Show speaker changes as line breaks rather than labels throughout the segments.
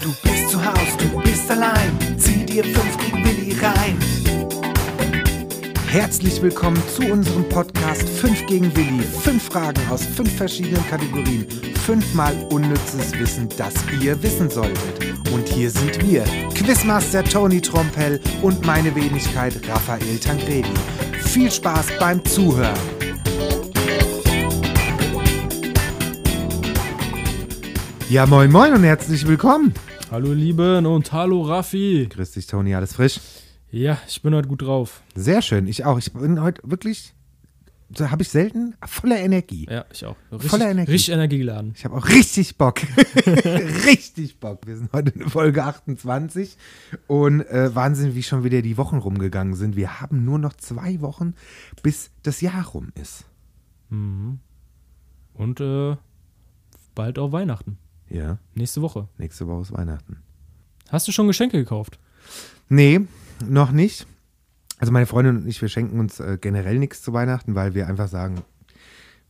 Du bist zu Haus, du bist allein. Zieh dir fünf gegen Willi rein.
Herzlich willkommen zu unserem Podcast 5 gegen Willi. Fünf Fragen aus fünf verschiedenen Kategorien. Fünfmal unnützes Wissen, das ihr wissen solltet. Und hier sind wir, Quizmaster Tony Trompell und meine Wenigkeit Raphael Tancredi. Viel Spaß beim Zuhören. Ja, moin, moin und herzlich willkommen.
Hallo Lieben und hallo Raffi.
Grüß dich, Toni, alles frisch?
Ja, ich bin heute gut drauf.
Sehr schön, ich auch. Ich bin heute wirklich, so habe ich selten, voller Energie.
Ja, ich auch. Richtig,
Voller Energie.
Richtig energiegeladen.
Ich habe auch richtig Bock. richtig Bock. Wir sind heute in Folge 28 und äh, Wahnsinn, wie schon wieder die Wochen rumgegangen sind. Wir haben nur noch zwei Wochen, bis das Jahr rum ist.
Mhm. Und äh, bald auch Weihnachten.
Ja,
Nächste Woche.
nächste Woche ist Weihnachten.
Hast du schon Geschenke gekauft?
Nee, noch nicht. Also meine Freundin und ich, wir schenken uns äh, generell nichts zu Weihnachten, weil wir einfach sagen,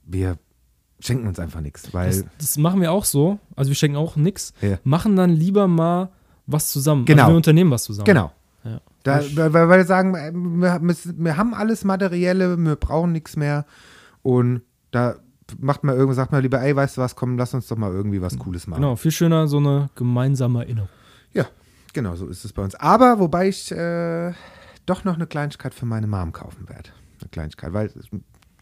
wir schenken uns einfach nichts. Weil
Das, das machen wir auch so. Also wir schenken auch nix.
Ja.
Machen dann lieber mal was zusammen.
Genau.
Also wir unternehmen was zusammen.
Genau.
Ja.
Da, weil, weil wir sagen, äh, wir, müssen- wir haben alles Materielle, wir brauchen nichts mehr. Und da macht man irgendwie, sagt man lieber, ey, weißt du was, komm, lass uns doch mal irgendwie was Cooles machen.
Genau, viel schöner so eine gemeinsame Erinnerung.
Ja, genau, so ist es bei uns. Aber wobei ich äh, doch noch eine Kleinigkeit für meine Mom kaufen werde. Eine Kleinigkeit, weil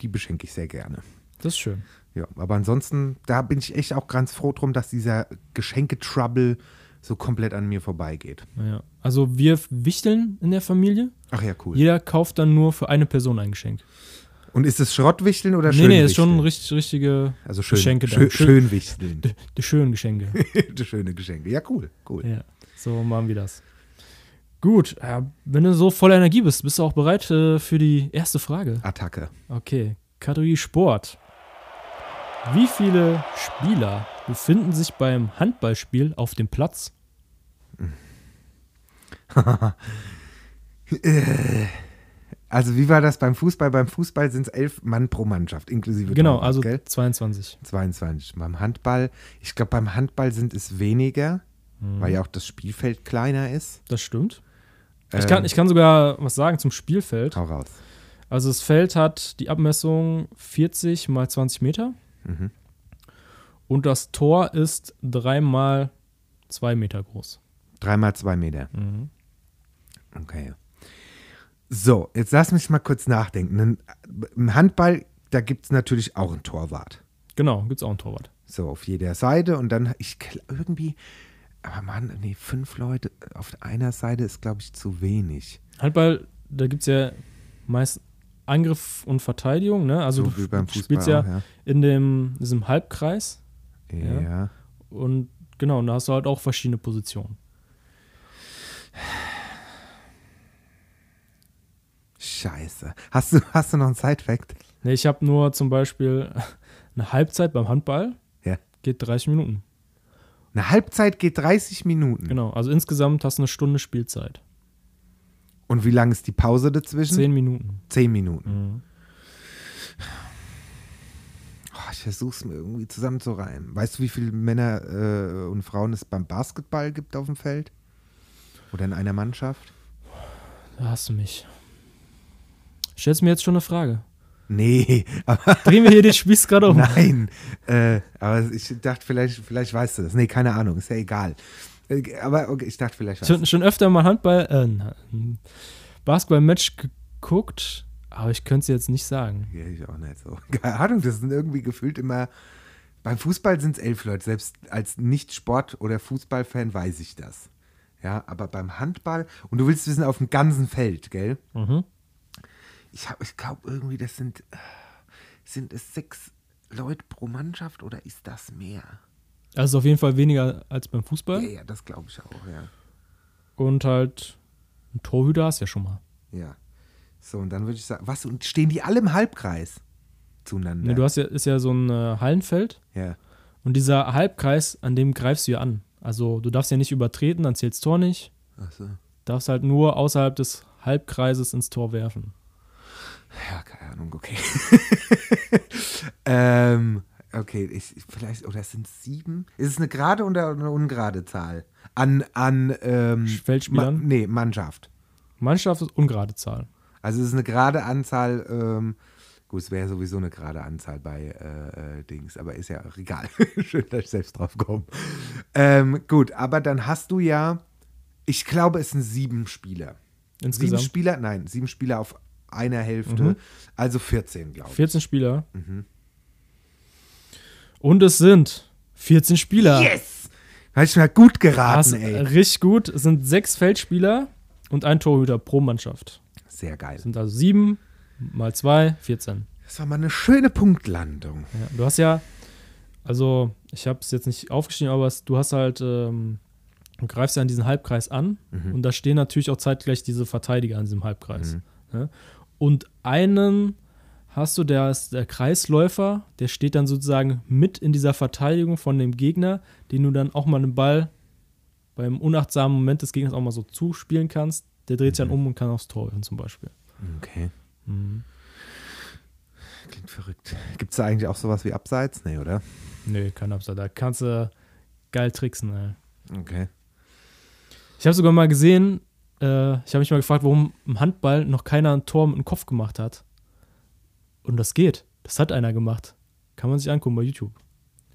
die beschenke ich sehr gerne.
Das ist schön.
Ja, aber ansonsten, da bin ich echt auch ganz froh drum, dass dieser Geschenke-Trouble so komplett an mir vorbeigeht.
Ja. Also wir wichteln in der Familie.
Ach ja, cool.
Jeder kauft dann nur für eine Person ein Geschenk.
Und ist es Schrottwichteln oder
Nee, nee, ist schon
Schönwichteln?
richtig, richtige
Also schön,
Geschenke.
schön,
dann. Schön-
schön wichteln.
Die die schönen Geschenke.
Schöne Geschenke. Ja, cool, cool.
Ja, so machen wir das. Gut, äh, wenn du so voller Energie bist, bist du auch bereit äh, für die erste Frage.
Attacke.
Okay, Kategorie Sport. Wie viele Spieler befinden sich beim Handballspiel auf dem Platz?
Also wie war das beim Fußball? Beim Fußball sind es elf Mann pro Mannschaft, inklusive
Genau,
Torwart,
also
gell?
22.
22. Beim Handball, ich glaube, beim Handball sind es weniger,
Mhm.
weil ja auch das Spielfeld kleiner ist.
Das stimmt. Ich,
Ähm,
kann, ich kann sogar was sagen zum Spielfeld.
Hau raus.
Also das Feld hat die Abmessung 40 mal 20 Meter. Und das Tor ist 3 mal 2 Meter groß.
Dreimal zwei Meter.
Mhm.
Okay. So, jetzt lass mich mal kurz nachdenken. Ein- Im Handball, da gibt es natürlich auch einen Torwart.
Genau, gibt es auch einen Torwart.
So, auf jeder Seite und dann, ich gl- irgendwie, aber Mann, nee, fünf Leute äh, auf einer Seite ist, glaube ich, zu wenig.
Handball, da gibt es ja meist Angriff und Verteidigung, ne? Also
So
du
wie beim Fußball
spielst ja,
auch, ja.
in dem, diesem Halbkreis
Ja.
Ja. und genau, und da hast du halt auch verschiedene Positionen.
Scheiße. Hast du, hast du noch einen Side-Fact?
Ne, ich habe nur zum Beispiel eine Halbzeit beim Handball,
Ja.
geht 30 Minuten.
Eine Halbzeit geht 30 Minuten.
Genau, also insgesamt hast du eine Stunde Spielzeit.
Und wie lang ist die Pause dazwischen?
10 Minuten.
Zehn Minuten.
Mhm.
Oh, ich versuche es mir irgendwie zusammenzureimen. Weißt du, wie viele Männer äh, und Frauen es beim Basketball gibt auf dem Feld? Oder in einer Mannschaft?
Da hast du mich. Stellst du mir jetzt schon eine Frage?
Nee, aber
Drehen wir hier den Spieß gerade um.
Nein, äh, aber ich dachte, vielleicht, vielleicht weißt du das. Nee, keine Ahnung, ist ja egal. Äh, Aber okay, ich dachte, vielleicht weißt du
schon, schon öfter mal Handball, äh, na, ein Basketball-Match geguckt, aber ich könnte es jetzt nicht sagen.
Ja, ich auch nicht so. Keine Ahnung, das sind irgendwie gefühlt immer. Beim Fußball sind es elf Leute. Selbst als Nicht-Sport- oder Fußballfan weiß ich das. Ja, aber beim Handball, und du willst wissen, auf dem ganzen Feld, gell?
Mhm.
Ich, hab- ich glaube irgendwie, das sind. äh, Sind es sechs Leute pro Mannschaft oder ist das mehr?
Also auf jeden Fall weniger als beim
Ja,
Fußball.
ja, das glaube ich auch, ja.
Und halt, ein Torhüter hast du ja schon mal.
Ja. So, und dann würde ich sagen, was, und stehen die alle im Halbkreis zueinander?
Ne, Du hast ja, ist ja so ein äh, Hallenfeld
ja.
und dieser Halbkreis, an dem greifst du ja an. Also du darfst ja nicht übertreten, dann zählt's Tor nicht.
Ach so.
Darfst halt nur außerhalb des Halbkreises ins Tor werfen.
Ja, keine Ahnung, okay. ähm, okay, ich, ich- vielleicht, oder es sind sieben? Ist es eine gerade oder eine ungerade Zahl? An, an ähm,
Feldspielern?
Ma nee, Mannschaft.
Mannschaft ist ungerade Zahl.
Also es ist eine gerade Anzahl, ähm, gut, es wäre sowieso eine gerade Anzahl bei äh, äh, Dings, aber ist ja auch egal. Schön, dass ich selbst drauf komme. Ähm, gut, aber dann hast du ja, ich glaube, es sind sieben Spieler. Sieben
Insgesamt Mhm.
Spieler, nein, sieben Spieler auf einer Hälfte, also 14, glaube ich.
14 Spieler. Und es sind 14 Spieler.
Yes! Habe ich mal gut
Hast äh,
geraten, ey.
richtig gut. Es sind sechs Feldspieler und ein Torhüter pro Mannschaft.
Sehr geil.
Sind also sieben mal zwei, 14.
Das war mal eine schöne Punktlandung.
Ja, du hast ja, also ich habe es jetzt nicht aufgeschrieben, aber es, du hast halt, ähm, du greifst ja an diesen Halbkreis an und da stehen natürlich auch zeitgleich diese Verteidiger an diesem Halbkreis. Ne? Und einen hast du, der ist der Kreisläufer, der steht dann sozusagen mit in dieser Verteidigung von dem Gegner, den du dann auch mal den Ball beim unachtsamen Moment des Gegners auch mal so zuspielen kannst. Der dreht sich dann um und kann aufs Tor werfen zum Beispiel.
Okay.
Mhm.
Klingt verrückt. Gibt es da eigentlich auch sowas wie Abseits? Nee, oder?
Nee, kein Abseits. Da kannst du geil tricksen, ey.
Okay.
Ich habe sogar mal gesehen, äh, ich habe mich mal gefragt, warum im Handball noch keiner ein Tor mit dem Kopf gemacht hat. Und das geht. Das hat einer gemacht. Kann man sich angucken bei YouTube.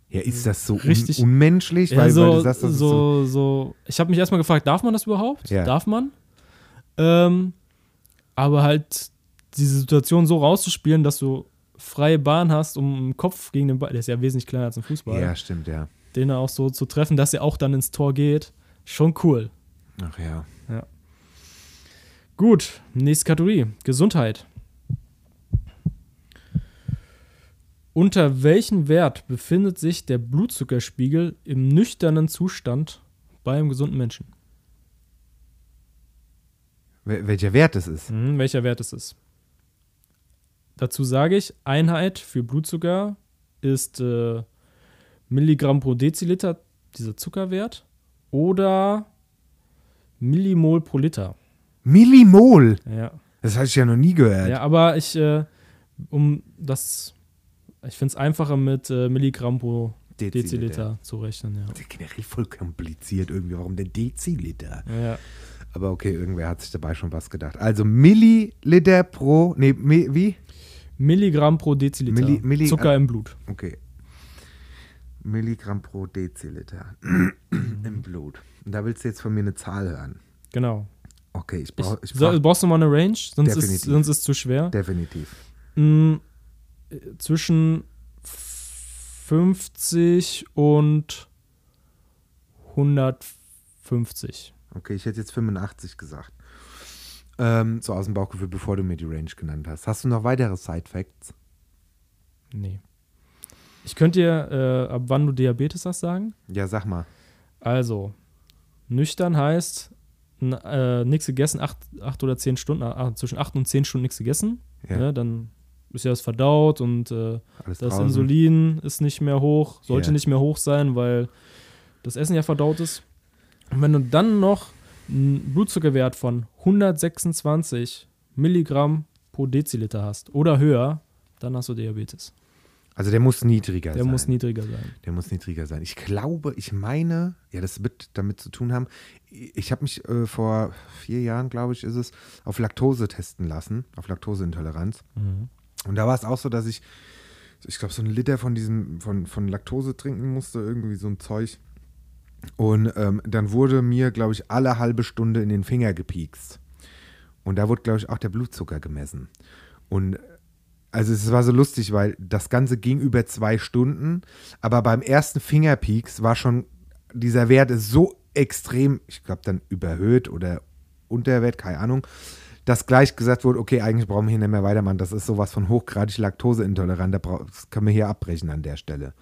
Ja, ist das so
Richtig.
Un unmenschlich? Weil,
ja, so,
weil du sagst, das ist so.
so, so. Ich habe mich erstmal gefragt, darf man das überhaupt?
Ja.
Darf man? Ähm, aber halt diese Situation so rauszuspielen, dass du freie Bahn hast, um einen Kopf gegen den Ball, der ist ja wesentlich kleiner als ein Fußball,
Ja, stimmt, ja.
den auch so zu treffen, dass er auch dann ins Tor geht, schon cool.
Ach ja.
Gut, nächste Kategorie: Gesundheit. Unter welchem Wert befindet sich der Blutzuckerspiegel im nüchternen Zustand beim gesunden Menschen?
Wel welcher Wert es ist?
Hm, welcher Wert ist es? Dazu sage ich, Einheit für Blutzucker ist äh, Milligramm pro Deziliter, dieser Zuckerwert, oder Millimol pro Liter.
Millimol.
Ja,
Das hatte ich ja noch nie gehört.
Ja, aber ich, äh, um das, ich finde es einfacher mit äh, Milligramm pro
Deziliter.
Deziliter, zu rechnen,
Das ist ja generell voll kompliziert irgendwie. Warum denn Deziliter?
ja. ja.
Aber okay, irgendwer hat sich dabei schon was gedacht. Also Milliliter pro. Nee, mi, wie?
Milligramm pro Deziliter.
Milli- Milli- äh,
Zucker im Blut.
Okay. Milligramm pro Deziliter im Blut. Und da willst du jetzt von mir eine Zahl hören.
Genau.
Okay, ich
Ich,
brauche. Ich
so,
brauch,
brauchst du mal eine Range? Sonst ist
Definitiv.
sonst ist zu schwer.
definitiv.
Mm, äh, zwischen 50 und 150.
Okay, ich hätte jetzt 85 gesagt. Ähm, so aus dem Bauchgefühl, bevor du mir die Range genannt hast. Hast du noch weitere Side-Facts?
Nee. Ich könnte dir, äh, ab wann du Diabetes hast, sagen.
Ja, sag mal.
Also, nüchtern heißt n- äh, nichts gegessen, acht, acht oder zehn Stunden, ah, zwischen acht und zehn Stunden nichts gegessen.
Ja.
Ne, dann ist ja das verdaut und äh,
Alles
das
draußen.
Insulin ist nicht mehr hoch, sollte
Ja.
nicht mehr hoch sein, weil das Essen ja verdaut ist. Und wenn du dann noch einen Blutzuckerwert von 126 Milligramm pro Deziliter hast oder höher, dann hast du Diabetes.
Also der muss niedriger
Der
sein.
muss niedriger sein.
Der muss niedriger sein. Ich glaube, ich meine, ja, das wird damit zu tun haben. Ich habe mich äh, vor vier Jahren, glaube ich, ist es, auf Laktose testen lassen, auf Laktoseintoleranz. Und da war es auch so, dass ich, ich glaube, so einen Liter von diesem, von, von Laktose trinken musste, irgendwie so ein Zeug. Und ähm, dann wurde mir, glaube ich, alle halbe Stunde in den Finger gepiekst. Und da wurde, glaube ich, auch der Blutzucker gemessen. Und also es war so lustig, weil das Ganze ging über zwei Stunden, aber beim ersten Fingerpeaks war schon dieser Wert ist so extrem, ich glaube dann überhöht oder Unterwert, keine Ahnung, dass gleich gesagt wurde, okay, eigentlich brauchen wir hier nicht mehr weitermachen, das ist sowas von hochgradig laktoseintolerant, da brau- das können wir hier abbrechen an der Stelle.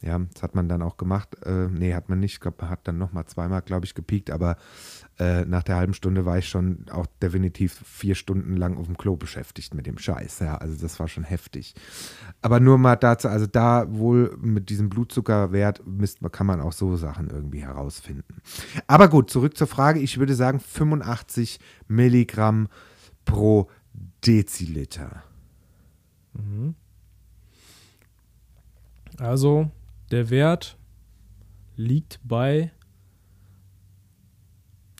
Ja, das hat man dann auch gemacht. Äh, nee, hat man nicht. Ich glaube, man hat dann nochmal zweimal, glaube ich, gepiekt, aber äh, nach der halben Stunde war ich schon auch definitiv vier Stunden lang auf dem Klo beschäftigt mit dem Scheiß. Ja, also das war schon heftig. Aber nur mal dazu, also da wohl mit diesem Blutzuckerwert müsst, kann man auch so Sachen irgendwie herausfinden. Aber gut, zurück zur Frage. Ich würde sagen 85 Milligramm pro Deziliter.
Also der Wert liegt bei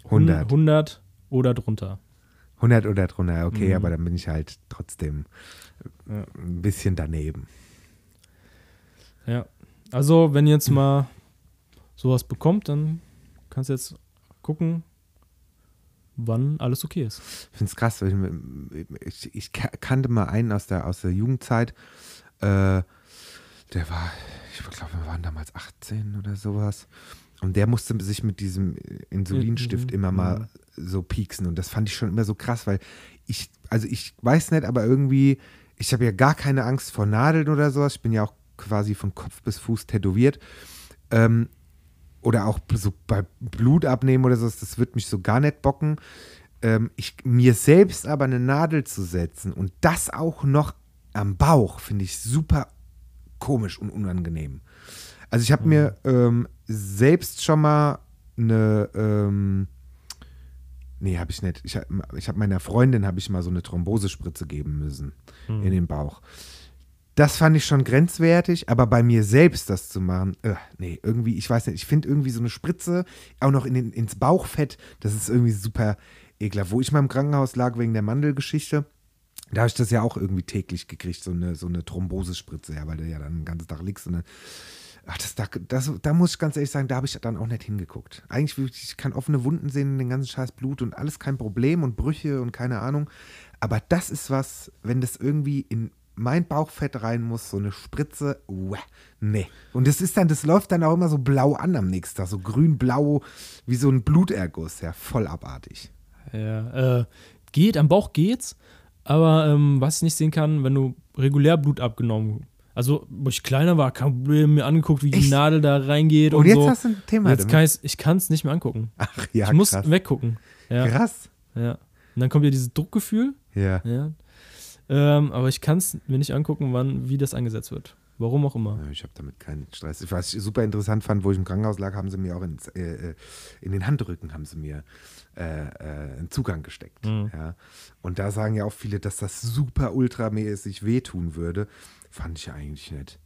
Hm.
100.
100 oder drunter.
100 oder drunter, okay, aber dann bin ich halt trotzdem ein bisschen daneben.
Ja. Also, wenn ihr jetzt mal sowas bekommt, dann kannst du jetzt gucken, wann alles okay ist.
Ich finde es krass, weil ich, mir- ich, ich ka- kannte mal einen aus der, aus der Jugendzeit, äh, der war, ich glaube, wir waren damals 18 oder sowas. Und der musste sich mit diesem Insulinstift
Mhm.
immer mal so pieksen. Und das fand ich schon immer so krass, weil ich, also ich weiß nicht, aber irgendwie, ich habe ja gar keine Angst vor Nadeln oder sowas. Ich bin ja auch quasi von Kopf bis Fuß tätowiert. Ähm, oder auch so bei Blut abnehmen oder sowas, das wird mich so gar nicht bocken. Ähm, ich, mir selbst aber eine Nadel zu setzen und das auch noch am Bauch, finde ich super komisch und unangenehm. Also ich habe mir ähm, selbst schon mal eine, ähm, nee, habe ich nicht. Ich habe ich hab meiner Freundin habe ich mal so eine Thrombosespritze geben müssen in den Bauch. Das fand ich schon grenzwertig, aber bei mir selbst das zu machen, äh, nee, irgendwie, ich weiß nicht, ich finde irgendwie so eine Spritze auch noch in den, ins Bauchfett, das ist irgendwie super ekelhaft. Wo ich mal im Krankenhaus lag wegen der Mandelgeschichte, da habe ich das ja auch irgendwie täglich gekriegt, so eine, so eine Thrombosespritze, ja, weil du ja dann den ganzen Tag liegst und dann, ach, das, da, das, da muss ich ganz ehrlich sagen, da habe ich dann auch nicht hingeguckt. Eigentlich, wirklich, ich kann offene Wunden sehen, und den ganzen Scheiß Blut und alles kein Problem und Brüche und keine Ahnung. Aber das ist was, wenn das irgendwie in mein Bauchfett rein muss, so eine Spritze, uah, nee. Und das ist dann, das läuft dann auch immer so blau an am nächsten Tag, so grün-blau, wie so ein Bluterguss, ja, voll abartig.
Ja, äh, geht, am Bauch geht's, aber ähm, was ich nicht sehen kann, wenn du regulär Blut abgenommen Also, wo ich kleiner war, kam mir angeguckt, wie die
Echt?
Nadel da reingeht und,
Und jetzt
so.
hast du ein Thema
Jetzt
damit.
kann ich's, ich kann es nicht mehr angucken.
Ach ja,
ich muss
krass.
weggucken. Ja,
Krass.
ja. Und dann kommt ja dieses Druckgefühl.
Ja.
Ja. Ähm, aber ich kann es mir nicht angucken, wann, wie das eingesetzt wird. Warum auch immer.
Ja, Ich habe damit keinen Stress. Was ich super interessant fand, wo ich im Krankenhaus lag, haben sie mir auch ins, äh, äh, in den Handrücken haben sie mir äh, äh, einen Zugang gesteckt. Ja. Und da sagen ja auch viele, dass das super ultramäßig wehtun würde. Fand ich eigentlich nicht.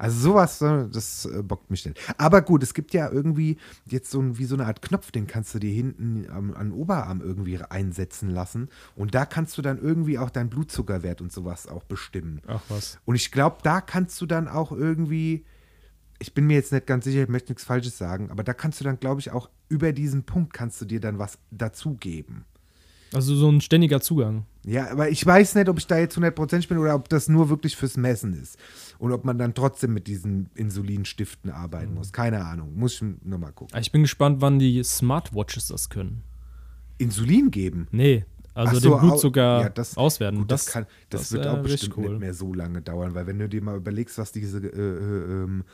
Also sowas, äh, das äh, bockt mich nicht. Aber gut, es gibt ja irgendwie jetzt so ein, wie so eine Art Knopf, den kannst du dir hinten am, an den Oberarm irgendwie einsetzen lassen. Und da kannst du dann irgendwie auch deinen Blutzuckerwert und sowas auch bestimmen.
Ach was.
Und ich glaube, da kannst du dann auch irgendwie, ich bin mir jetzt nicht ganz sicher, ich möchte nichts Falsches sagen, aber da kannst du dann, glaube ich, auch über diesen Punkt kannst du dir dann was dazugeben.
Also so ein ständiger Zugang.
Ja, aber ich weiß nicht, ob ich da jetzt 100% bin oder ob das nur wirklich fürs Messen ist. Und ob man dann trotzdem mit diesen Insulinstiften arbeiten muss. Keine Ahnung. Muss ich nochmal gucken.
Ah, Ich bin gespannt, wann die Smartwatches das können.
Insulin geben?
Nee, also
Ach so,
den Blutzucker
au- ja, das-
auswerten.
Gut, das, kann, das, wird
wär
auch bestimmt
richtig cool.
nicht mehr so lange dauern, weil wenn du dir mal überlegst, was diese äh, äh, ähm,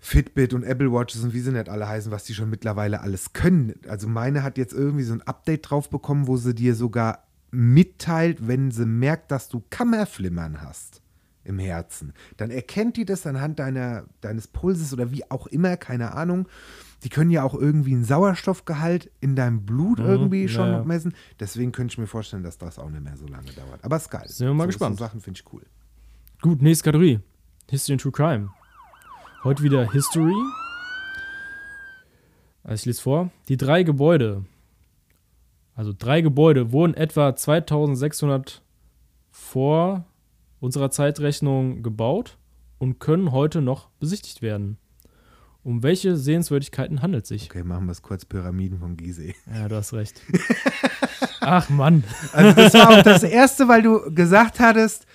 Fitbit und Apple Watches und wie sie nicht alle heißen, was die schon mittlerweile alles können. Also meine hat jetzt irgendwie so ein Update drauf bekommen, wo sie dir sogar mitteilt, wenn sie merkt, dass du Kammerflimmern hast im Herzen. Dann erkennt die das anhand deiner, deines Pulses oder wie auch immer, keine Ahnung. Die können ja auch irgendwie einen Sauerstoffgehalt in deinem Blut irgendwie schon
Mhm, ja, ja.
noch messen. Deswegen könnte ich mir vorstellen, dass das auch nicht mehr so lange dauert. Aber es ist geil.
Sind wir mal
so,
gespannt.
So Sachen finde ich cool.
Gut, nächste Kategorie. History and True Crime. Heute wieder History. Also ich lese vor. Die drei Gebäude, also drei Gebäude, wurden etwa 2600 vor unserer Zeitrechnung gebaut und können heute noch besichtigt werden. Um welche Sehenswürdigkeiten handelt es sich?
Okay, machen wir es kurz. Pyramiden von Gizeh.
Ja, du hast recht. Ach Mann.
Also das war auch das erste, weil du gesagt hattest,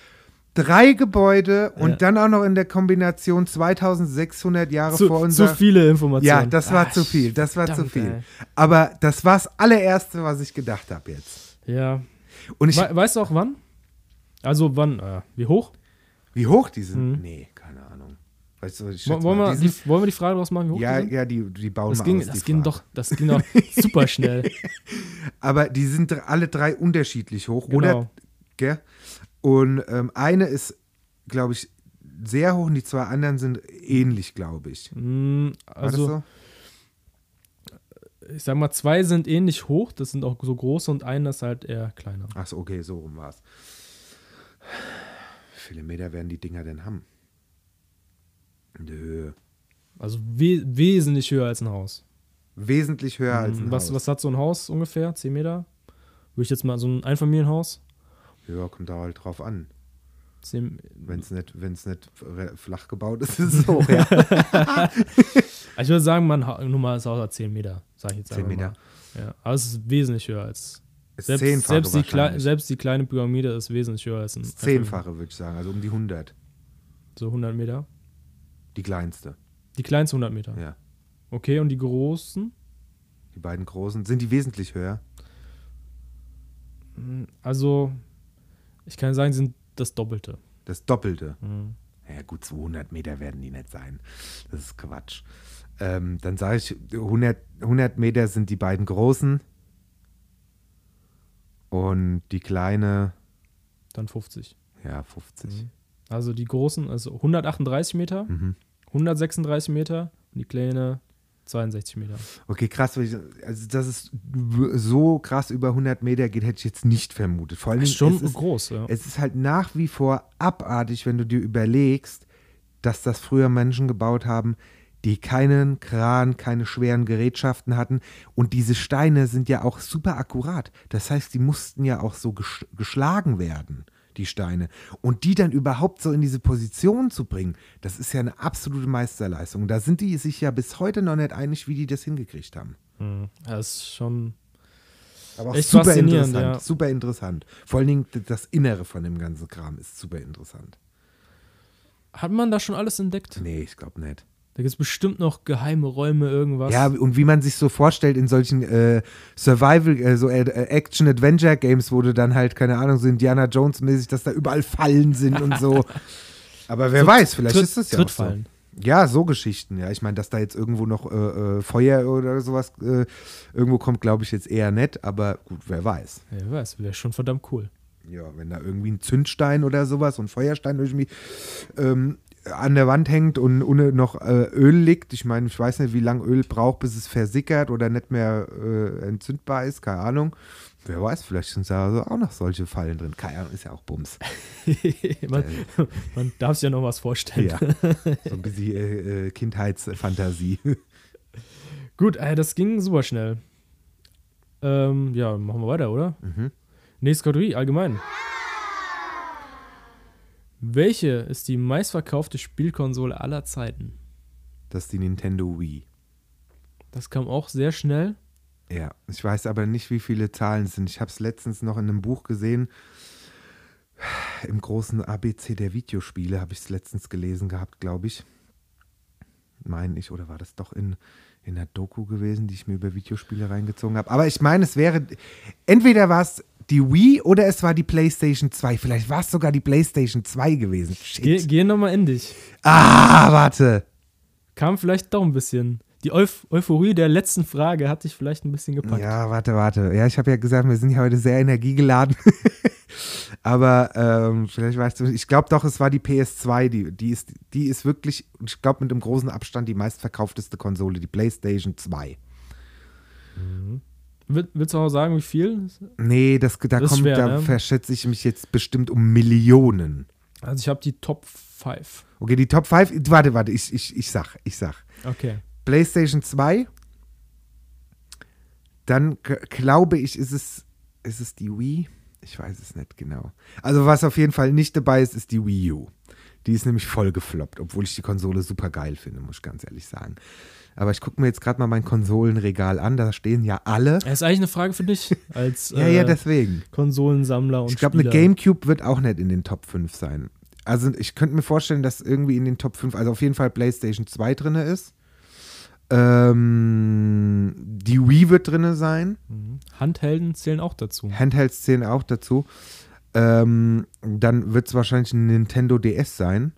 drei Gebäude und
Ja.
dann auch noch in der Kombination 2600 Jahre vor
Zu,
unserer.
zu viele Informationen.
ja, das war
Ach,
zu viel, das war zu
verdammt,
viel.
ey.
Aber das war das allererste, was ich gedacht habe jetzt.
Ja.
Und ich,
We weißt du auch wann? Also wann? Äh, wie hoch?
wie hoch die sind? Nee, keine Ahnung. Weißt du, ich schätze
Hm. Wo- Wollen
mal,
wir,
die
die,
sind-
wollen wir die Frage draus machen, wie hoch
ja,
die sind?
ja, die, die bauen
das
wir
ging,
aus, die
das ging
Frage.
doch, das ging doch super schnell.
Aber die sind dr- alle drei unterschiedlich hoch, oder?
Genau.
Gell? Und ähm, eine ist, glaube ich, sehr hoch und die zwei anderen sind ähnlich, glaube ich.
Mm,
War das
also,
so?
ich sag mal, zwei sind ähnlich hoch, das sind auch so große und einer ist halt eher kleiner.
Ach so, okay, so rum war's. Wie viele Meter werden die Dinger denn haben? Nö.
Also we wesentlich höher als ein Haus. Mm,
Wesentlich höher als ein
Hm, was,
Haus.
was hat so ein Haus ungefähr? 10 Meter? Würde ich jetzt mal so ein Einfamilienhaus?
Ja, kommt da halt drauf an.
10,
Wenn es nicht, wenn's nicht re- flach gebaut ist, ist es hoch, ja.
ich würde sagen, mein Ha- normales Haus hat 10 Meter, sag ich jetzt
10
einfach
Meter.
Mal. Ja, aber es ist wesentlich höher als.
Ist
Selbst,
zehnfache
selbst, die Klei-
wahrscheinlich.
selbst die kleine Pyramide ist wesentlich höher als ein.
Das Zehnfache, würde ich sagen. Also um die 100.
Einfamilienhaus. So 100 Meter.
Die kleinste.
Die kleinste 100 Meter.
Ja.
Okay, und die großen?
Die beiden großen. Sind die wesentlich höher? Hm,
Also, ich kann sagen, sind das Doppelte. Hm,
Das Doppelte. Ja, gut, 200 Meter werden die nicht sein. Das ist Quatsch. Ähm, dann sage ich, 100, 100 Meter sind die beiden großen. Und die kleine,
Dann 50.
ja, 50.
Also die großen, also 138 Meter,
Mhm.
136 Meter und die kleine 62 Meter.
Okay, krass. weil ich- Also, dass es so krass über 100 Meter geht, hätte ich jetzt nicht vermutet. Vor allem,
Ist schon
es ist,
groß, ja.
es ist halt nach wie vor abartig, wenn du dir überlegst, dass das früher Menschen gebaut haben, die keinen Kran, keine schweren Gerätschaften hatten. Und diese Steine sind ja auch super akkurat. Das heißt, die mussten ja auch so gesch geschlagen werden, die Steine. Und die dann überhaupt so in diese Position zu bringen, das ist ja eine absolute Meisterleistung. Da sind die sich ja bis heute noch nicht einig, wie die das hingekriegt haben.
Mhm. Ja, ist schon.
Aber auch
Echt
super
faszinierend,
interessant,
ja.
super interessant. Vor allen Dingen d- das Innere von dem ganzen Kram ist super interessant.
Hat man da schon alles entdeckt?
Nee, ich glaube nicht.
Da gibt es bestimmt noch geheime Räume, irgendwas.
Ja, und wie man sich so vorstellt in solchen äh, Survival, äh, so äh, äh, Action-Adventure-Games, wo du dann halt, keine Ahnung, so Indiana Jones-mäßig, dass da überall Fallen sind und so. Aber wer weiß, vielleicht
Tritt-
ist das ja auch so.
Trittfallen.
Ja, so Geschichten, ja. Ich meine, dass da jetzt irgendwo noch äh, äh, Feuer oder sowas äh, irgendwo kommt, glaube ich jetzt eher nicht, aber gut, wer weiß.
Wer weiß, wäre schon verdammt cool.
Ja, wenn da irgendwie ein Zündstein oder sowas, so ein Feuerstein irgendwie ähm, an der Wand hängt und ohne noch äh, Öl liegt. Ich meine, ich weiß nicht, wie lange Öl braucht, bis es versickert oder nicht mehr äh, entzündbar ist, keine Ahnung. Wer weiß, vielleicht sind da so auch noch solche Fallen drin. Keine Ahnung, ist ja auch Bums.
man, man darf sich ja noch was vorstellen.
Äh. Ja. So ein bisschen äh, äh, Kindheitsfantasie.
Gut, äh, das ging super schnell. Ähm, ja, machen wir weiter, oder?
Mhm.
Nächste Kategorie, allgemein. Welche ist die meistverkaufte Spielkonsole aller Zeiten?
Das ist die Nintendo Wii.
Das kam auch sehr schnell.
Ja, ich weiß aber nicht, wie viele Zahlen es sind. Ich habe es letztens noch in einem Buch gesehen. Im großen ABC der Videospiele habe ich es letztens gelesen gehabt, glaube ich. Meine ich, oder war das doch in, in einer Doku gewesen, die ich mir über Videospiele reingezogen habe? Aber ich meine, es wäre. Entweder war es die Wii oder es war die PlayStation 2. Vielleicht war es sogar die PlayStation 2 gewesen.
Geh,
Shit.
geh nochmal in dich.
Ah, warte.
Kam vielleicht doch ein bisschen. Die Euph Euphorie der letzten Frage hat dich vielleicht ein bisschen gepackt.
Ja, warte, warte. Ja, ich habe ja gesagt, wir sind ja heute sehr energiegeladen. Aber ähm, vielleicht weißt du, ich glaube doch, es war die PS2, die, die, ist, die ist wirklich, ich glaube, mit einem großen Abstand die meistverkaufteste Konsole, die PlayStation 2.
Will, willst du auch sagen, wie viel?
Nee, das, da
Das ist
kommt,
schwer,
da
ne?
verschätze ich mich jetzt bestimmt um Millionen.
Also ich habe die Top 5.
Okay, die Top 5, warte, warte, ich, ich, ich sag, ich sag.
Okay.
PlayStation 2. Dann g- glaube ich, ist es, ist es die Wii? Ich weiß es nicht genau. Also, was auf jeden Fall nicht dabei ist, ist die Wii U. Die ist nämlich voll gefloppt, obwohl ich die Konsole super geil finde, muss ich ganz ehrlich sagen. Aber ich gucke mir jetzt gerade mal mein Konsolenregal an, da stehen ja alle.
Das Äh, ist eigentlich eine Frage für dich als
Ja,
äh,
ja, deswegen.
Konsolensammler und
Ich glaube, eine
Spieler.
Gamecube wird auch nicht in den Top 5 sein. Also ich könnte mir vorstellen, dass irgendwie in den Top 5, also auf jeden Fall PlayStation 2 drin ist. Ähm, die Wii wird drin sein.
Mhm. Handhelden zählen auch dazu.
Handhelds zählen auch dazu. Ähm, dann wird es wahrscheinlich ein Nintendo DS sein.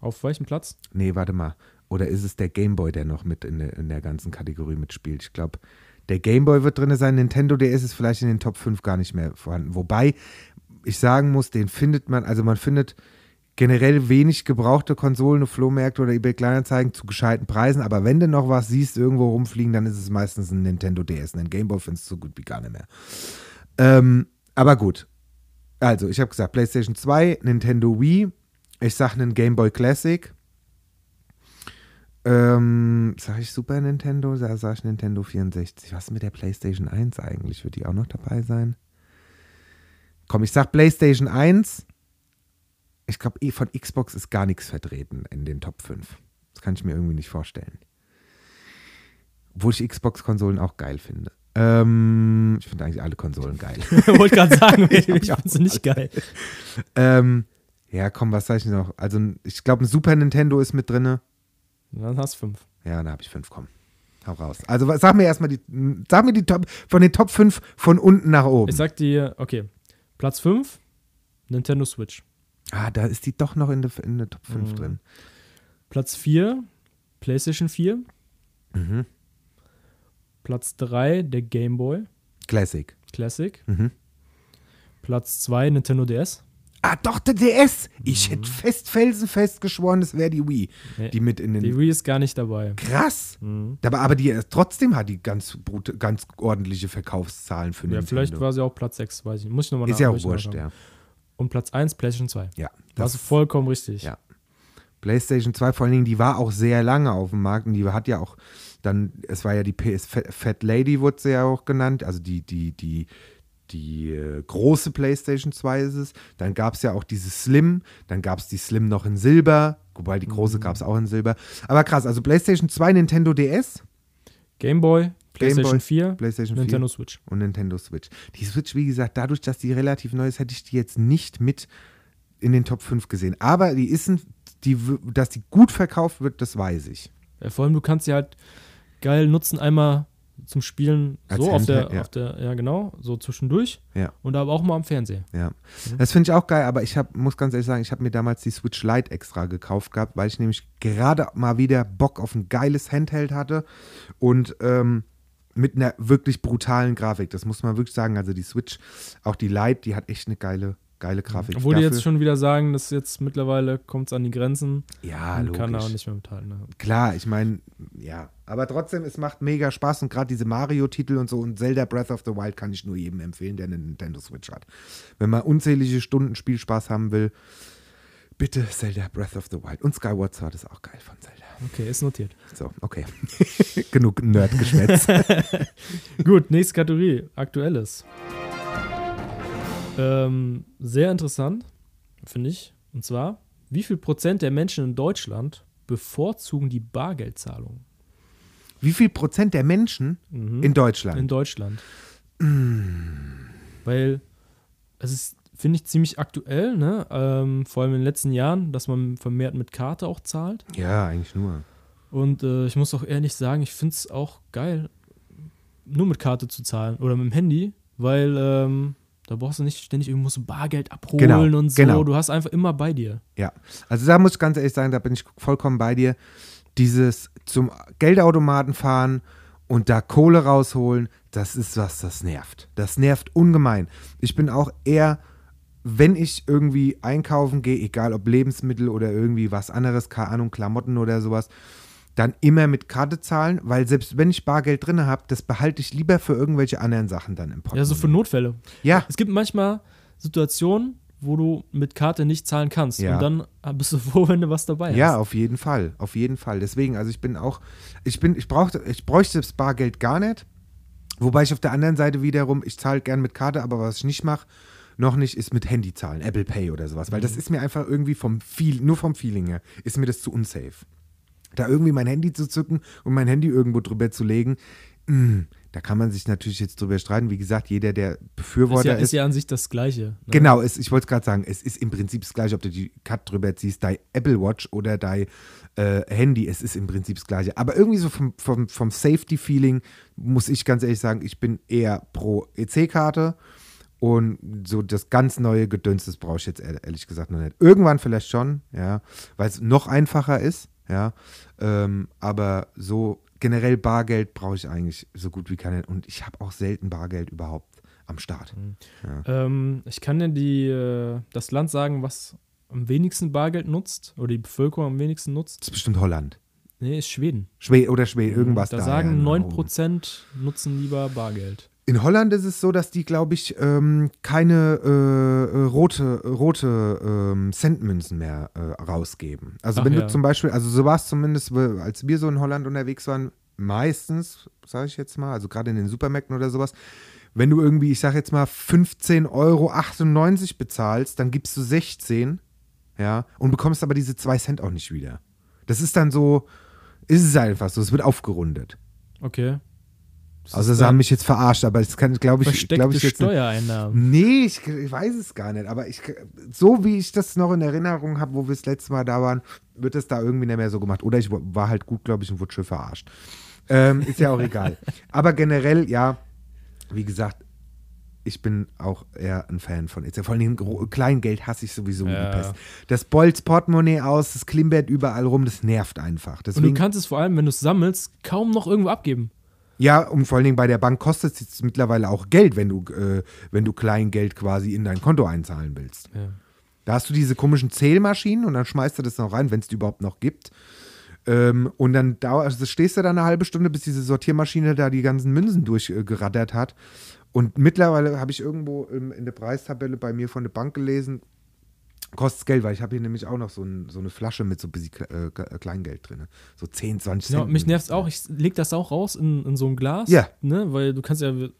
Auf welchem Platz?
Nee, warte mal. Oder ist es der Gameboy, der noch mit in der, in der ganzen Kategorie mitspielt? Ich glaube, der Gameboy wird drin sein. Nintendo DS ist vielleicht in den Top 5 gar nicht mehr vorhanden. Wobei ich sagen muss, den findet man, also man findet generell wenig gebrauchte Konsolen, auf Flohmärkte oder eBay Kleinanzeigen zu gescheiten Preisen. Aber wenn du noch was siehst, irgendwo rumfliegen, dann ist es meistens ein Nintendo DS. Einen Gameboy findest du so gut wie gar nicht mehr. Ähm, aber gut. Also, ich habe gesagt, PlayStation 2, Nintendo Wii. Ich sage einen Gameboy Classic. Ähm, sag ich Super Nintendo? Sag, sag ich Nintendo 64. Was ist mit der PlayStation 1 eigentlich? Wird die auch noch dabei sein? Komm, ich sag PlayStation 1. Ich glaube, von Xbox ist gar nichts vertreten in den Top 5. Das kann ich mir irgendwie nicht vorstellen. Obwohl ich Xbox-Konsolen auch geil finde. Ähm, ich finde eigentlich alle Konsolen geil.
Wollte gerade sagen, ich,
hab
ich
auch
finde sie nicht geil.
ähm, ja, komm, was sag ich noch? Also, ich glaube, ein Super Nintendo ist mit drinne.
Dann hast du fünf.
Ja, da habe ich fünf, komm. Hau raus. Also was- sag mir erstmal die, m, sag mir die Top, von den Top 5 von unten nach oben.
Ich sag dir, okay, Platz 5, Nintendo Switch.
ah, da ist die doch noch in der in der Top
Mhm.
5 drin.
Platz 4, PlayStation 4.
Mhm.
Platz 3, der Game Boy
Classic.
Classic.
Mhm.
Platz 2, Nintendo DS.
Ah, doch, der DS. Ich hätte fest, felsenfest geschworen, es wäre die Wii,
Mhm. Nee.
die mit in den...
Die Wii Mhm. ist gar nicht dabei.
Krass. Aber, aber die äh, trotzdem hat die ganz, brut- ganz ordentliche Verkaufszahlen für
Ja,
Nintendo.
vielleicht war sie auch Platz 6, weiß ich nicht. Muss ich nochmal
Ist ja auch wurscht, ja.
Und Platz 1, PlayStation 2.
Ja,
Das ist vollkommen richtig.
Ja. PlayStation 2 vor allen Dingen, die war auch sehr lange auf dem Markt und die hat ja auch dann, es war ja die PS Fat Fat Lady, wurde sie ja auch genannt, also die, die, die, die äh, große PlayStation 2 ist es. Dann gab es ja auch diese Slim, dann gab es die Slim noch in Silber, wobei die große gab es auch in Silber. Aber krass, also PlayStation 2, Nintendo DS
Game Boy, PlayStation 4,
PlayStation
Nintendo
4.
Switch.
und Nintendo Switch. Die Switch, wie gesagt, dadurch, dass die relativ neu ist, hätte ich die jetzt nicht mit in den Top 5 gesehen. Aber die ist ein, die, w- dass die gut verkauft wird, das weiß ich.
Ja, vor allem, du kannst sie halt geil nutzen, einmal zum Spielen
Als
so auf der,
Handheld, ja.
auf der, ja genau, so zwischendurch
Ja.
und aber auch mal am Fernseher.
Ja,
Mhm.
das finde ich auch geil, aber ich hab, muss ganz ehrlich sagen, ich habe mir damals die Switch Lite extra gekauft gehabt, weil ich nämlich gerade mal wieder Bock auf ein geiles Handheld hatte und ähm, mit einer wirklich brutalen Grafik. Das muss man wirklich sagen. Also die Switch, auch die Lite, die hat echt eine geile, geile Grafik.
Mhm. Obwohl die
Dafür-
jetzt schon wieder sagen, dass jetzt mittlerweile kommt es an die Grenzen
ja,
und kann da auch
Ah, logisch.
nicht mehr mithalten. ne?
Klar, ich meine, ja. Aber trotzdem, es macht mega Spaß und gerade diese Mario-Titel und so und Zelda Breath of the Wild kann ich nur jedem empfehlen, der eine Nintendo Switch hat. Wenn man unzählige Stunden Spielspaß haben will, bitte Zelda Breath of the Wild. Und Skyward Sword ist auch geil von Zelda.
Okay, ist notiert.
So, okay. Genug Nerdgeschwätz.
Gut, nächste Kategorie, aktuelles. Ähm, sehr interessant, finde ich. Und zwar, wie viel Prozent der Menschen in Deutschland bevorzugen die Bargeldzahlung Mhm.
Wie viel Prozent der Menschen in Deutschland?
Hm? in Deutschland?
Mm.
Weil es ist, finde ich, ziemlich aktuell, ne? ähm, vor allem in den letzten Jahren, dass man vermehrt mit Karte auch zahlt.
ja, eigentlich nur.
Und äh, ich muss auch ehrlich sagen, ich finde es auch geil, nur mit Karte zu zahlen oder mit dem Handy, weil ähm, da brauchst du nicht ständig irgendwo so Bargeld abholen
Genau,
und so.
genau.
Du hast einfach immer bei dir.
Ja, also da muss ich ganz ehrlich sagen, da bin ich vollkommen bei dir. Dieses zum Geldautomaten fahren und da Kohle rausholen, das ist was, das nervt. Das nervt ungemein. Ich bin auch eher, wenn ich irgendwie einkaufen gehe, egal ob Lebensmittel oder irgendwie was anderes, keine Ahnung, Klamotten oder sowas, dann immer mit Karte zahlen, weil selbst wenn ich Bargeld drin habe, das behalte ich lieber für irgendwelche anderen Sachen dann im Portemonnaie.
Ja, so für Notfälle.
Ja.
Es gibt manchmal Situationen, wo du mit Karte nicht zahlen kannst.
Ja.
Und dann bist du froh, wenn du was dabei
Ja,
hast.
auf jeden Fall, auf jeden Fall. Deswegen, also ich bin auch, ich bin, ich brauchte, ich bräuchte das Bargeld gar nicht. Wobei ich auf der anderen Seite wiederum, ich zahle gern mit Karte, aber was ich nicht mache, noch nicht, ist mit Handy zahlen, Apple Pay oder sowas, weil
Mhm.
das ist mir einfach irgendwie vom Feel, nur vom Feeling her, ist mir das zu unsafe. Da irgendwie mein Handy zu zücken und mein Handy irgendwo drüber zu legen, mh, da kann man sich natürlich jetzt drüber streiten. Wie gesagt, jeder, der
Ist ja,
Befürworter
ist ja an sich das Gleiche. Ne?
Genau, es, ich wollte es gerade sagen, es ist im Prinzip das gleiche, ob du die Cut drüber ziehst, dein Apple Watch oder dein äh, Handy, es ist im Prinzip das gleiche. Aber irgendwie so vom, vom, vom Safety-Feeling muss ich ganz ehrlich sagen, ich bin eher pro EC-Karte und so das ganz neue Gedöns, das brauche ich jetzt ehr- ehrlich gesagt noch nicht. Irgendwann vielleicht schon, ja, weil es noch einfacher ist, ja, ähm, aber so generell Bargeld brauche ich eigentlich so gut wie keinen und ich habe auch selten Bargeld überhaupt am Start.
Ähm, ich kann dir die, äh, das Land sagen, was am wenigsten Bargeld nutzt oder die Bevölkerung am wenigsten nutzt.
Das ist bestimmt Holland.
Nee, ist Schweden.
Schweden oder Schweden, irgendwas
Mhm,
da.
da.
genau.
sagen
ja,
9% nutzen lieber Bargeld.
In Holland ist es so, dass die, glaube ich, ähm, keine äh, äh, rote, rote ähm, Centmünzen mehr äh, rausgeben. Also
Ach
wenn
ja.
du zum Beispiel, also so war es zumindest, äh, als wir so in Holland unterwegs waren, meistens, sage ich jetzt mal, also gerade in den Supermärkten oder sowas, wenn du irgendwie, ich sage jetzt mal, 15,98 Euro bezahlst, dann gibst du 16, ja, und bekommst aber diese 2 Cent auch nicht wieder. Das ist dann so, ist es einfach so, es wird aufgerundet.
Okay.
Also sie haben mich jetzt verarscht, aber das kann, glaube ich,
versteckte
glaube ich jetzt nicht.
Steuereinnahmen.
Nee, ich, ich weiß es gar nicht, aber ich, so wie ich das noch in Erinnerung habe, wo wir das letzte Mal da waren, wird das da irgendwie nicht mehr so gemacht. Oder ich war halt gut, glaube ich, und wurde schön verarscht. Ähm, ist ja auch egal. Aber generell, ja, wie gesagt, ich bin auch eher ein Fan von Itza. Vor allem Gro- Kleingeld hasse ich sowieso wie
Ja.
die Pest. Das bolz Portemonnaie aus, das klimpert überall rum, das nervt einfach.
Und du
Deswegen,
kannst es vor allem, wenn du es sammelst, kaum noch irgendwo abgeben.
ja, und vor allen Dingen bei der Bank kostet es jetzt mittlerweile auch Geld, wenn du, äh, wenn du Kleingeld quasi in dein Konto einzahlen willst.
Ja.
Da hast du diese komischen Zählmaschinen und dann schmeißt du das noch rein, wenn es die überhaupt noch gibt. Ähm, und dann dauert, also stehst du da eine halbe Stunde, bis diese Sortiermaschine da die ganzen Münzen durchgeraddert hat. Und mittlerweile habe ich irgendwo ähm, in der Preistabelle bei mir von der Bank gelesen, kostet Geld, weil ich habe hier nämlich auch noch so, ein, so eine Flasche mit so ein bisschen Kle- äh, K- Kleingeld drin. So 10, 20 Cent.
Ja, mich nervt es auch. Ich leg das auch raus in, in so ein Glas.
Ja.
Ne? Weil du kannst ja mit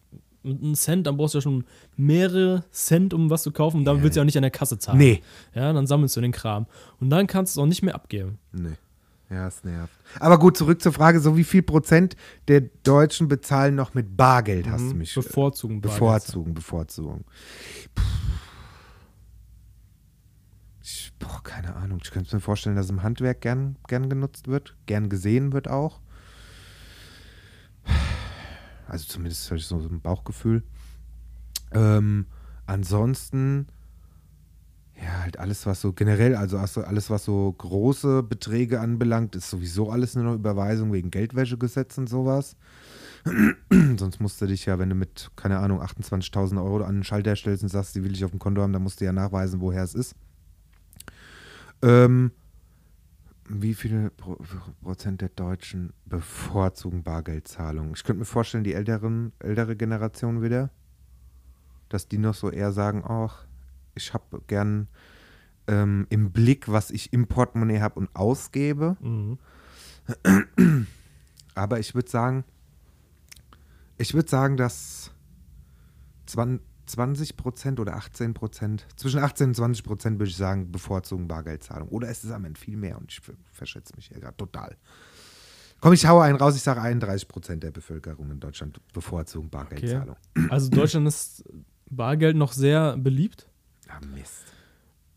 einem Cent, dann brauchst du ja schon mehrere Cent, um was zu kaufen. Und dann willst du ja auch nicht an der Kasse zahlen.
Nee.
Ja, dann sammelst du den Kram. Und dann kannst du es auch nicht mehr abgeben.
Nee. Ja, es nervt. Aber gut, zurück zur Frage, so wie viel Prozent der Deutschen bezahlen noch mit Bargeld,
Mhm.
hast du mich
Hm?
äh,
Bevorzugen.
Bevorzugen, bevorzugen. Ich, boah, keine Ahnung. Ich könnte mir vorstellen, dass im Handwerk gern, gern genutzt wird, gern gesehen wird auch. Also zumindest habe ich so so ein Bauchgefühl. Ähm, ansonsten, ja, halt alles, was so generell, also also alles, was so große Beträge anbelangt, ist sowieso alles nur noch Überweisung wegen Geldwäschegesetz und sowas. Sonst musst du dich ja, wenn du mit, keine Ahnung, 28.000 Euro an den Schalter stellst und sagst, die will ich auf dem Konto haben, dann musst du ja nachweisen, woher es ist. Ähm, wie viele Pro Prozent der Deutschen bevorzugen Bargeldzahlungen? Ich könnte mir vorstellen, die älteren, ältere Generation wieder, dass die noch so eher sagen, ach, ich habe gern ähm, im Blick, was ich im Portemonnaie habe und ausgebe.
Mhm.
Aber ich würde sagen, ich würde sagen, dass 20 Prozent oder 18 Prozent, zwischen 18 und 20 Prozent würde ich sagen, bevorzugen Bargeldzahlung. Oder es ist am Ende viel mehr und ich ver- verschätze mich ja gerade total. Komm, ich haue einen raus, ich sage 31 Prozent der Bevölkerung in Deutschland bevorzugen Bargeldzahlung.
Also Deutschland ist Bargeld noch sehr beliebt.
Ah, Mist.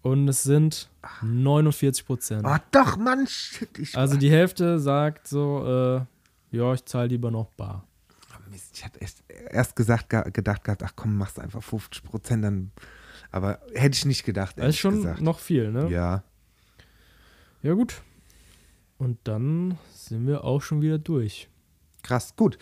Und es sind 49 Prozent.
Ah, doch, Mann, shit. Ich,
Also die Hälfte sagt so, äh, ja, ich zahle lieber noch bar.
Ah, Mist, ich hatte erst, erst gesagt, ge- gedacht gehabt, ach komm, machst einfach 50 Prozent, dann. Aber hätte ich nicht gedacht.
Das ist
ehrlich
schon
gesagt.
noch viel, ne?
Ja.
Ja, gut. Und dann sind wir auch schon wieder durch.
Krass, gut.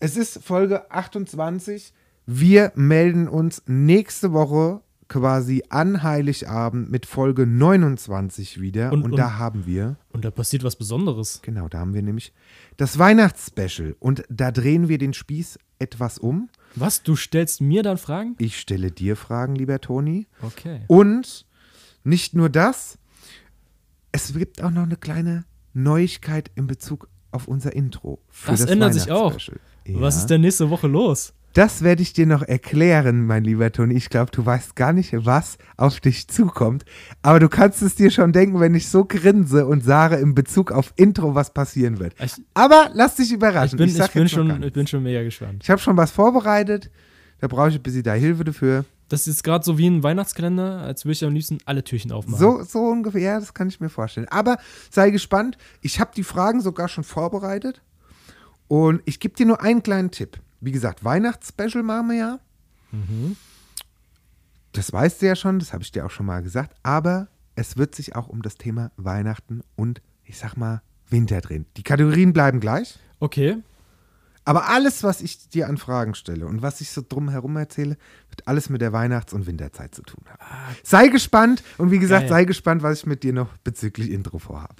Es ist Folge 28. Wir melden uns nächste Woche quasi an Heiligabend mit Folge 29 wieder.
Und-
Und,
und-
da haben wir,
Und da passiert was Besonderes.
genau, da haben wir nämlich das Weihnachtsspecial. Und da drehen wir den Spieß etwas um.
Was? Du stellst mir dann Fragen?
Ich stelle dir Fragen, lieber Toni.
Okay.
Und nicht nur das, es gibt auch noch eine kleine Neuigkeit in Bezug auf unser Intro. Für
Das ändert sich auch.
Weihnachtsspecial.
Was
Ja.
ist denn nächste Woche los?
Das werde ich dir noch erklären, mein lieber Toni. Ich glaube, du weißt gar nicht, was auf dich zukommt. Aber du kannst es dir schon denken, wenn ich so grinse und sage in Bezug auf Intro, was passieren wird.
Ich,
Aber lass dich
ich,
überraschen.
bin, ich,
sag
bin,
jetzt noch gar
schon, ich
nichts.
bin schon mega gespannt.
ich habe schon was vorbereitet. Da brauche ich ein bisschen da Hilfe dafür.
Das ist gerade so wie ein Weihnachtskalender, als würde ich am liebsten alle Türchen aufmachen.
So, so ungefähr, ja, das kann ich mir vorstellen. Aber sei gespannt. Ich habe die Fragen sogar schon vorbereitet. Und ich gebe dir nur einen kleinen Tipp. Wie gesagt, Weihnachtsspecial machen wir ja. Das weißt du ja schon, das habe ich dir auch schon mal gesagt. Aber es wird sich auch um das Thema Weihnachten und, ich sag mal, Winter drehen. Die Kategorien bleiben gleich.
Okay.
Aber alles, was ich dir an Fragen stelle und was ich so drumherum erzähle, wird alles mit der Weihnachts- und Winterzeit zu tun haben. Sei gespannt und wie gesagt,
Ah, Geil.
sei gespannt, was ich mit dir noch bezüglich Intro vorhabe.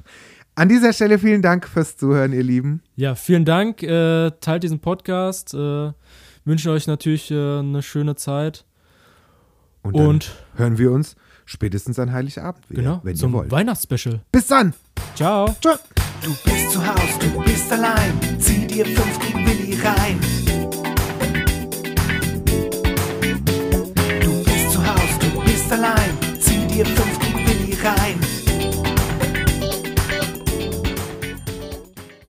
An dieser Stelle vielen Dank fürs Zuhören, ihr Lieben.
Ja, vielen Dank. Äh, teilt diesen Podcast. Äh, wünschen euch natürlich äh, eine schöne Zeit.
Und dann
Und-
hören wir uns spätestens an Heiligabend wieder,
Genau.
wenn ihr
zum
wollt.
Weihnachtsspecial.
Bis dann.
Ciao.
Tschüss.
Du bist zu Haus, du bist allein. Zieh dir fünf gegen Willi rein. Du bist zu Haus, du bist allein. Zieh dir fünf